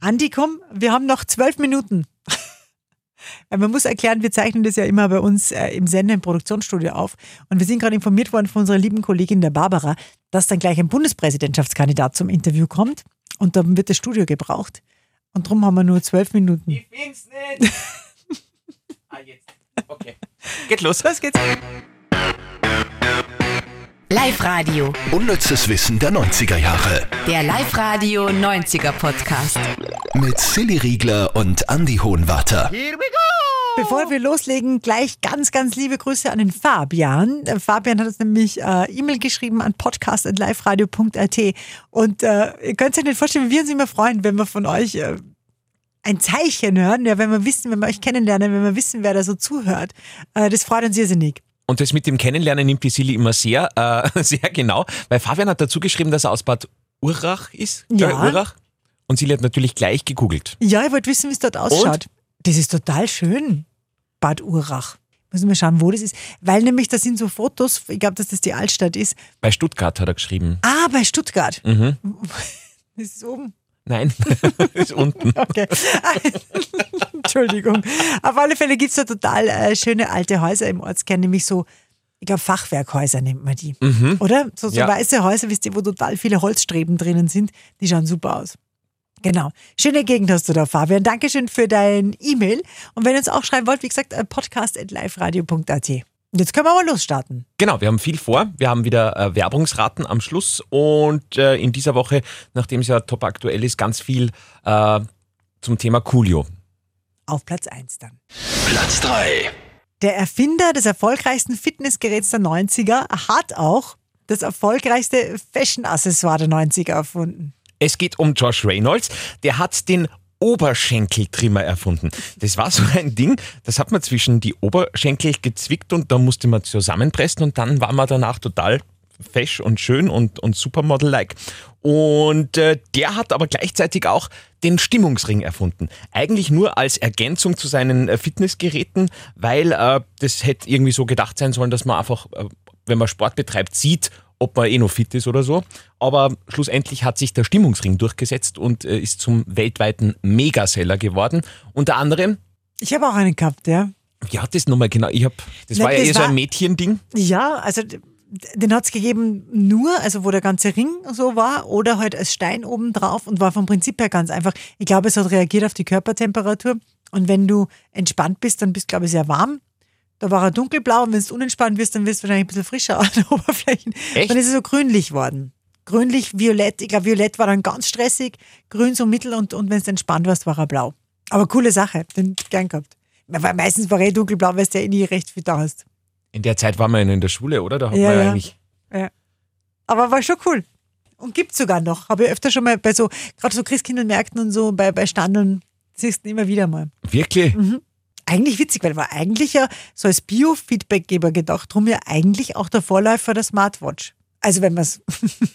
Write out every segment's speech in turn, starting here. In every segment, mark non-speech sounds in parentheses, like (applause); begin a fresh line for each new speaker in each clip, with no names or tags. Andi, komm, wir haben noch zwölf Minuten. (laughs) Man muss erklären, wir zeichnen das ja immer bei uns äh, im Sender im Produktionsstudio auf. Und wir sind gerade informiert worden von unserer lieben Kollegin der Barbara, dass dann gleich ein Bundespräsidentschaftskandidat zum Interview kommt. Und dann wird das Studio gebraucht. Und darum haben wir nur zwölf Minuten.
Ich bin's nicht. ah, jetzt. Okay. Geht los.
Los geht's.
Live-Radio,
Unnützes Wissen der 90er Jahre.
der Live-Radio 90er Podcast.
Mit Silly Riegler und Andy Hohenwarter.
Bevor wir loslegen, gleich ganz, ganz liebe Grüße an den Fabian. Äh, Fabian hat uns nämlich äh, E-Mail geschrieben an podcast.liferadio.at. Und äh, ihr könnt euch nicht vorstellen, wie wir uns immer freuen, wenn wir von euch äh, ein Zeichen hören, ja, wenn wir wissen, wenn wir euch kennenlernen, wenn wir wissen, wer da so zuhört. Äh, das freut uns irrsinnig.
Und das mit dem Kennenlernen nimmt die Silly immer sehr, äh, (laughs) sehr genau, weil Fabian hat dazu geschrieben, dass er aus Bad Urach ist.
Ja.
Äh, Urach. Und Silly hat natürlich gleich gegoogelt.
Ja, ich wollte wissen, wie es dort ausschaut. Das ist total schön, Bad Urach. Müssen wir schauen, wo das ist. Weil nämlich, da sind so Fotos, ich glaube, dass das die Altstadt ist.
Bei Stuttgart hat er geschrieben.
Ah, bei Stuttgart.
Mhm.
(laughs) Das ist oben.
Nein, (laughs) ist unten.
Okay. (laughs) Entschuldigung. Auf alle Fälle gibt es da total äh, schöne alte Häuser im Ortskern, nämlich so, ich glaube, Fachwerkhäuser nennt man die. Oder? So, so
Ja.
weiße Häuser, wisst ihr, wo total viele Holzstreben drinnen sind, die schauen super aus. Genau. Schöne Gegend hast du da, Fabian. Dankeschön für dein E-Mail. Und wenn ihr uns auch schreiben wollt, wie gesagt, äh, podcast.liferadio.at. Jetzt können wir mal losstarten.
Genau, wir haben viel vor. Wir haben wieder äh, Werbungsraten am Schluss und äh, in dieser Woche, nachdem es ja top aktuell ist, ganz viel äh, zum Thema Coolio.
Auf Platz 1 dann.
Platz 3.
Der Erfinder des erfolgreichsten Fitnessgeräts der 90er hat auch das erfolgreichste Fashion-Accessoire der 90er erfunden.
Es geht um Josh Reynolds. Der hat den Oberschenkeltrimmer erfunden. Das war so ein Ding, das hat man zwischen die Oberschenkel gezwickt und da musste man zusammenpressen und dann war man danach total fesch und schön und, und Supermodel-like. Und äh, der hat aber gleichzeitig auch den Stimmungsring erfunden. Eigentlich nur als Ergänzung zu seinen äh, Fitnessgeräten, weil äh, das hätte irgendwie so gedacht sein sollen, dass man einfach, äh, wenn man Sport betreibt, sieht, ob man eh noch fit ist oder so. Aber schlussendlich hat sich der Stimmungsring durchgesetzt und äh, ist zum weltweiten Megaseller geworden. Unter anderem,
Ich habe auch einen gehabt, ja.
wie hat das nochmal genau? Ich hab, das
Na,
war ja
das
eher so
war-
ein Mädchending.
Ja, also d- den hat es gegeben nur, also wo der ganze Ring so war oder halt als Stein oben drauf und war vom Prinzip her ganz einfach. Ich glaube, es hat reagiert auf die Körpertemperatur und wenn du entspannt bist, dann bist du, glaube ich, sehr warm. Da war er dunkelblau und wenn du unentspannt wirst, dann wirst du wahrscheinlich ein bisschen frischer an den (laughs) Oberflächen.
Echt?
Dann ist es so grünlich worden. Grünlich, violett. Ich glaube, violett war dann ganz stressig, grün so mittel und, und wenn es entspannt warst, war er blau. Aber coole Sache, den hab ich gern gehabt. Weil meistens war er eh dunkelblau, weil du ja eh nie recht viel da hast.
In der Zeit war man ja in der Schule, oder? Da hat
Ja,
man
ja.
ja eigentlich.
Aber war schon cool. Und gibt sogar noch. Habe ich öfter schon mal bei so, gerade so Christkindlmärkten und so, bei, bei Standeln, siehst du ihn immer wieder mal.
Wirklich?
Mhm. Eigentlich witzig, weil war eigentlich ja so als Bio-Feedbackgeber gedacht, drum ja eigentlich auch der Vorläufer der Smartwatch. Also wenn man es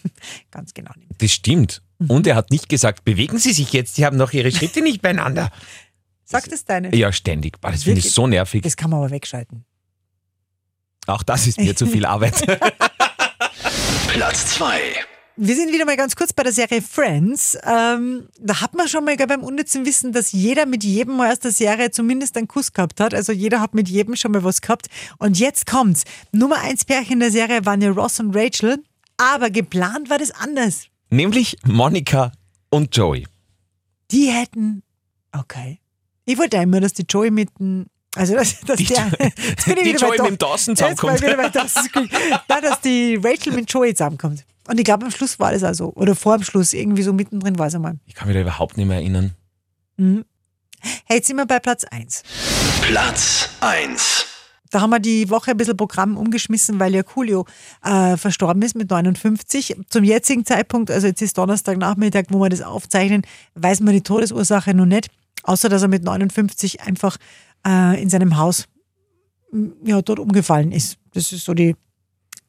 (laughs) ganz genau nimmt.
Das stimmt.
Mhm.
Und er hat nicht gesagt, bewegen Sie sich jetzt, Sie haben noch Ihre Schritte nicht
(laughs)
beieinander.
Sagt es deine?
Ja, ständig. Boah, Das finde ich
Wirklich?
so nervig.
Das kann man aber wegschalten.
Auch das ist mir
(laughs)
zu viel Arbeit.
Platz 2.
Wir sind wieder mal ganz kurz bei der Serie Friends. Ähm, da hat man schon mal glaub, beim unnützen Wissen, dass jeder mit jedem mal aus der Serie zumindest einen Kuss gehabt hat. Also jeder hat mit jedem schon mal was gehabt. Und jetzt kommt's. Nummer eins Pärchen der Serie waren ja Ross und Rachel. Aber geplant war das anders.
Nämlich Monika und Joey.
Die hätten. Okay. Ich wollte ja immer, dass die Joey mit dem. Also, dass, dass
Die
der.
Jo-
(laughs) Jetzt bin ich
die
wieder bei
Joey
Dawson.
mit dem Dawson
Jetzt bin ich
zusammenkommt.
wieder bei Dawson's Creek.
(laughs)
Nein, dass die Rachel mit Joey zusammenkommt. Und ich glaube, am Schluss war das also. Oder vor dem Schluss, irgendwie so mittendrin war es einmal.
Ich kann mich da überhaupt nicht mehr erinnern.
Hey, jetzt sind wir bei Platz 1.
Platz 1.
Da haben wir die Woche ein bisschen Programm umgeschmissen, weil ja Coolio äh, verstorben ist mit 59. Zum jetzigen Zeitpunkt, also jetzt ist Donnerstagnachmittag, wo wir das aufzeichnen, weiß man die Todesursache noch nicht. Außer, dass er mit 59 einfach äh, in seinem Haus m, ja, dort umgefallen ist. Das ist so die,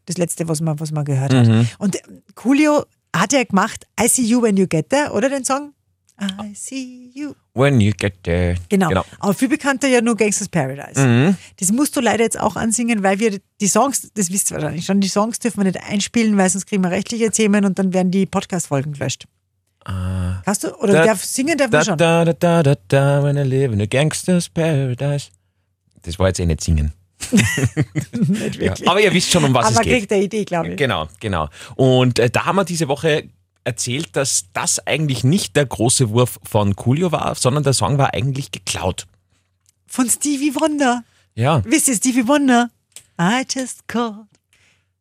das Letzte, was man, was man gehört hat. Und äh, Coolio hat ja gemacht I See You When You Get There, oder den Song? I See You
When you get there.
Genau.
genau. Mhm.
Aber viel bekannter ja nur Gangsters Paradise. Das musst du leider jetzt auch ansingen, weil wir die Songs, das wisst ihr wahrscheinlich schon, die Songs dürfen wir nicht einspielen, weil sonst kriegen wir rechtliche Themen und dann werden die Podcast-Folgen gelöscht. Hast du? Oder
Ah. Da-
darf, singen darf
Da,
man schon.
da, da, da, da, da, when I live in a gangster's paradise. Das war jetzt eh nicht singen.
Nicht
Ja.
wirklich.
Aber ihr wisst schon, um
(laughs)
was
Aber
es geht.
kriegt der Idee, glaube ich.
Genau, genau. Und äh, da haben wir diese Woche erzählt, dass das eigentlich nicht der große Wurf von Coolio war, sondern der Song war eigentlich geklaut.
Von Stevie Wonder.
Ja.
Wisst ihr, Stevie Wonder? I just called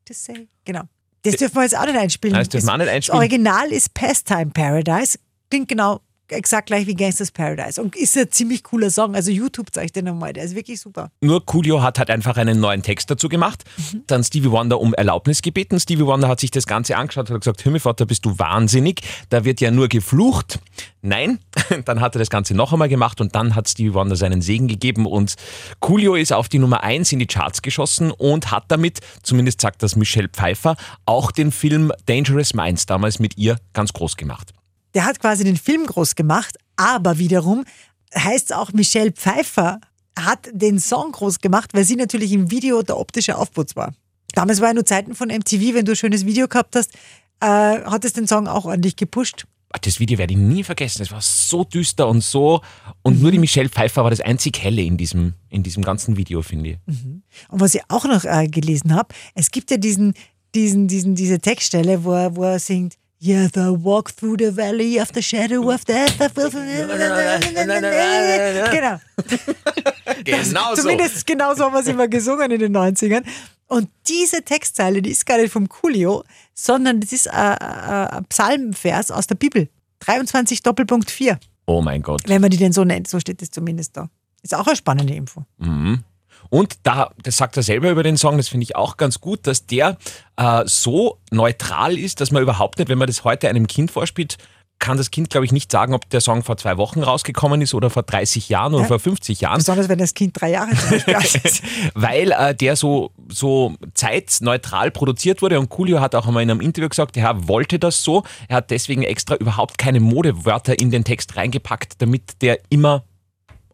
to say. Genau. Das dürfen wir jetzt auch nicht einspielen.
Nein, das dürfen wir auch nicht einspielen.
Das Original ist Pastime Paradise. Klingt genau exakt gleich wie Gangsters Paradise. Und ist ein ziemlich cooler Song. Also YouTube zeige ich dir nochmal. Der ist wirklich super.
Nur Coolio hat halt einfach einen neuen Text dazu gemacht, dann Stevie Wonder um Erlaubnis gebeten. Stevie Wonder hat sich das Ganze angeschaut und hat gesagt, Himmelvater, bist du wahnsinnig, da wird ja nur geflucht. Nein, (laughs) dann hat er das Ganze noch einmal gemacht und dann hat Stevie Wonder seinen Segen gegeben und Coolio ist auf die Nummer 1 in die Charts geschossen und hat damit, zumindest sagt das Michelle Pfeiffer, auch den Film Dangerous Minds damals mit ihr ganz groß gemacht.
Der hat quasi den Film groß gemacht, aber wiederum heißt auch Michelle Pfeiffer hat den Song groß gemacht, weil sie natürlich im Video der optische Aufputz war. Damals war ja nur Zeiten von MTV, wenn du ein schönes Video gehabt hast, äh, hat es den Song auch ordentlich gepusht.
Das Video werde ich nie vergessen. Es war so düster und so. Und nur die Michelle Pfeiffer war das einzig Helle in diesem, in diesem ganzen Video, finde ich.
Und was ich auch noch äh, gelesen habe, es gibt ja diesen, diesen, diesen, diese Textstelle, wo er, wo er singt, Yeah, the walk through the valley of the shadow of death. I will... genau.
Genau
Zumindest genau so haben wir es immer gesungen in den 90ern. Und diese Textzeile, die ist gar nicht vom Coolio, sondern das ist äh, äh, ein Psalmenvers aus der Bibel. 23 Doppelpunkt 4,
Oh mein Gott.
wenn man die denn so nennt, so steht es zumindest da. Ist auch eine spannende Info.
Und da, das sagt er selber über den Song, das finde ich auch ganz gut, dass der äh, so neutral ist, dass man überhaupt nicht, wenn man das heute einem Kind vorspielt, kann das Kind, glaube ich, nicht sagen, ob der Song vor zwei Wochen rausgekommen ist oder vor 30 Jahren oder
Ja.
vor 50 Jahren.
Besonders wenn das Kind drei Jahre zum Beispiel alt ist.
weil äh, der so, so zeitneutral produziert wurde. Und Coolio hat auch einmal in einem Interview gesagt, er wollte das so. Er hat deswegen extra überhaupt keine Modewörter in den Text reingepackt, damit der immer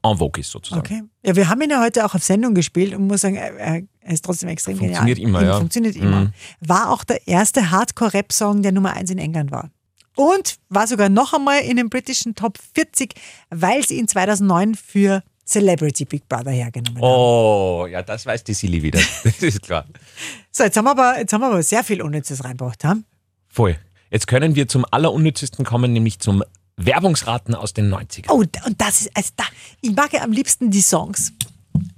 en vogue ist sozusagen.
Okay. Ja, wir haben ihn ja heute auch auf Sendung gespielt und muss sagen, er, er er ist trotzdem extrem
Funktioniert
genial.
immer,
Eben,
ja.
Funktioniert
Mhm.
immer. War auch der erste Hardcore-Rap-Song, der Nummer 1 in England war. Und war sogar noch einmal in den britischen Top 40, weil sie ihn 2009 für Celebrity Big Brother hergenommen haben.
Oh, ja, das weiß die
(laughs)
Silly wieder. Das ist klar.
So, jetzt haben wir aber, jetzt haben wir aber sehr viel Unnützes reingebracht. Haben?
Voll. Jetzt können wir zum allerunnützesten kommen, nämlich zum Werbungsraten aus den 90ern.
Oh, d- und das ist, also da, ich mag ja am liebsten die Songs,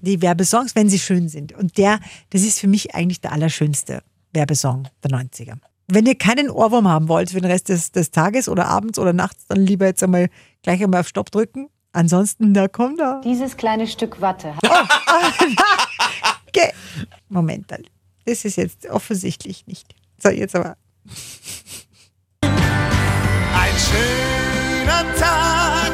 die Werbesongs, wenn sie schön sind. Und der, das ist für mich eigentlich der allerschönste Werbesong der 90er. Wenn ihr keinen Ohrwurm haben wollt für den Rest des, des Tages oder abends oder nachts, dann lieber jetzt einmal gleich einmal auf Stopp drücken. Ansonsten, da kommt er.
Dieses kleine Stück Watte
Ge Moment, dann. das ist jetzt offensichtlich nicht. So, jetzt aber.
Ein schöner Tag.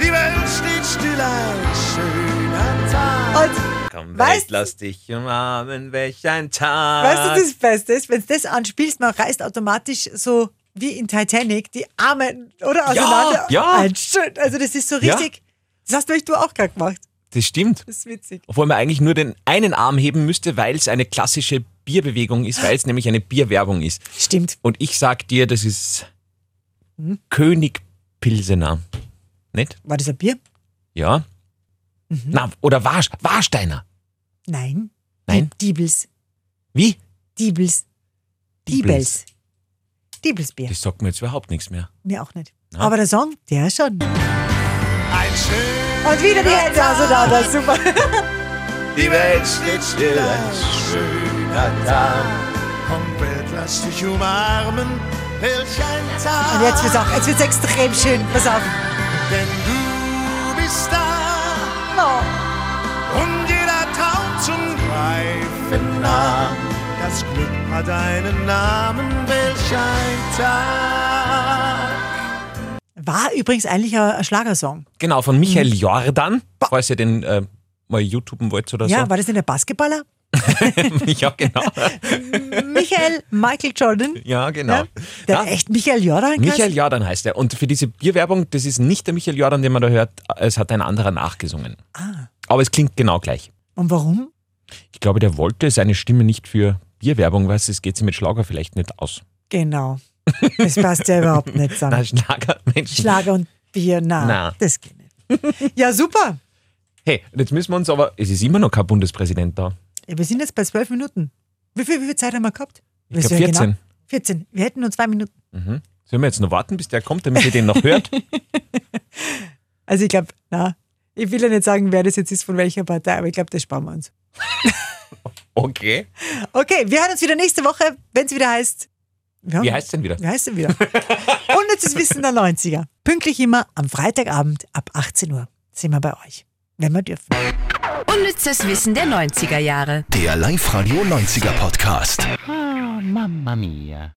Die Welt steht still, ein schöner Tag.
Und
Komm,
weißt-
lass dich umarmen, welch ein Tag.
Weißt du, das Beste ist, wenn du das anspielst, man reißt automatisch so wie in Titanic die Arme oder auseinander.
ja.
Ein Schön. Also das ist so
Ja.
richtig. Das hast nämlich du auch gerade gemacht.
das stimmt.
Das ist witzig.
Obwohl man eigentlich nur den einen Arm heben müsste, weil es eine klassische Bierbewegung ist, weil es nämlich eine Bierwerbung ist.
Stimmt.
Und ich sag dir, das ist
Mhm.
König Pilsener. Nicht?
War das ein Bier?
Ja.
Mhm.
Na, oder Warsch, Warsteiner.
Nein.
Nein.
Diebels.
Wie?
Diebels. Diebels.
Diebels.
Diebelsbier.
Das sagt mir jetzt überhaupt nichts mehr.
Mir auch nicht. Aber der Song, der schon.
Ein schön,
Und wieder die Hände also auseinander. Super.
die Welt steht still, ein schöner Tag. Komm, Welt, lass dich umarmen, welch ein Tag.
Und jetzt wird's auch, jetzt wird's extrem schön. Pass auf.
Denn du bist da
Oh.
und jeder Traum zum Greifen nah. Das Glück hat einen Namen, welch ein Tag.
War übrigens eigentlich ein ein Schlagersong.
Genau, von Michael
Mhm.
Jordan, falls ihr den äh, mal YouTuben wollt oder
Ja, war das nicht der Basketballer?
so. (laughs) ja, genau.
Michael, Michael Jordan.
Ja, genau.
Der
Na,
echt Michael Jordan? krass.
Michael Jordan heißt er. Und für diese Bierwerbung, das ist nicht der Michael Jordan, den man da hört, es hat ein anderer nachgesungen.
Ah.
Aber es klingt genau gleich.
Und warum?
Ich glaube, der wollte seine Stimme nicht für Bierwerbung, weißt du, es geht sie mit Schlager vielleicht nicht aus.
Genau. Das passt ja überhaupt nicht
Na, (laughs)
zusammen.
Schlager, Mensch.
Schlager und Bier, na,
Na.
das geht nicht. Ja, super.
hey, und jetzt müssen wir uns aber, es ist immer noch kein Bundespräsident da.
Ja, Wir sind jetzt bei zwölf Minuten. Wie viel, wie viel Zeit haben wir gehabt?
Ich glaub,
Weißt du ja
14.
14. Wir hätten nur zwei Minuten.
Sollen wir jetzt noch warten, bis der kommt, damit ihr den noch hört?
Also ich glaube, na, ich will ja nicht sagen, wer das jetzt ist, von welcher Partei, aber ich glaube, das sparen wir uns.
Okay.
Okay, wir hören uns wieder nächste Woche, wenn es wieder heißt. Ja,
Wie heißt denn wieder?
Wie heißt denn wieder? (laughs) Unnützes Wissen der 90er. Pünktlich immer am Freitagabend ab 18 Uhr sind wir bei euch, wenn wir dürfen.
Unnützes Wissen der 90er Jahre.
Der Live-Radio 90er Podcast.
Ah, mamma mia.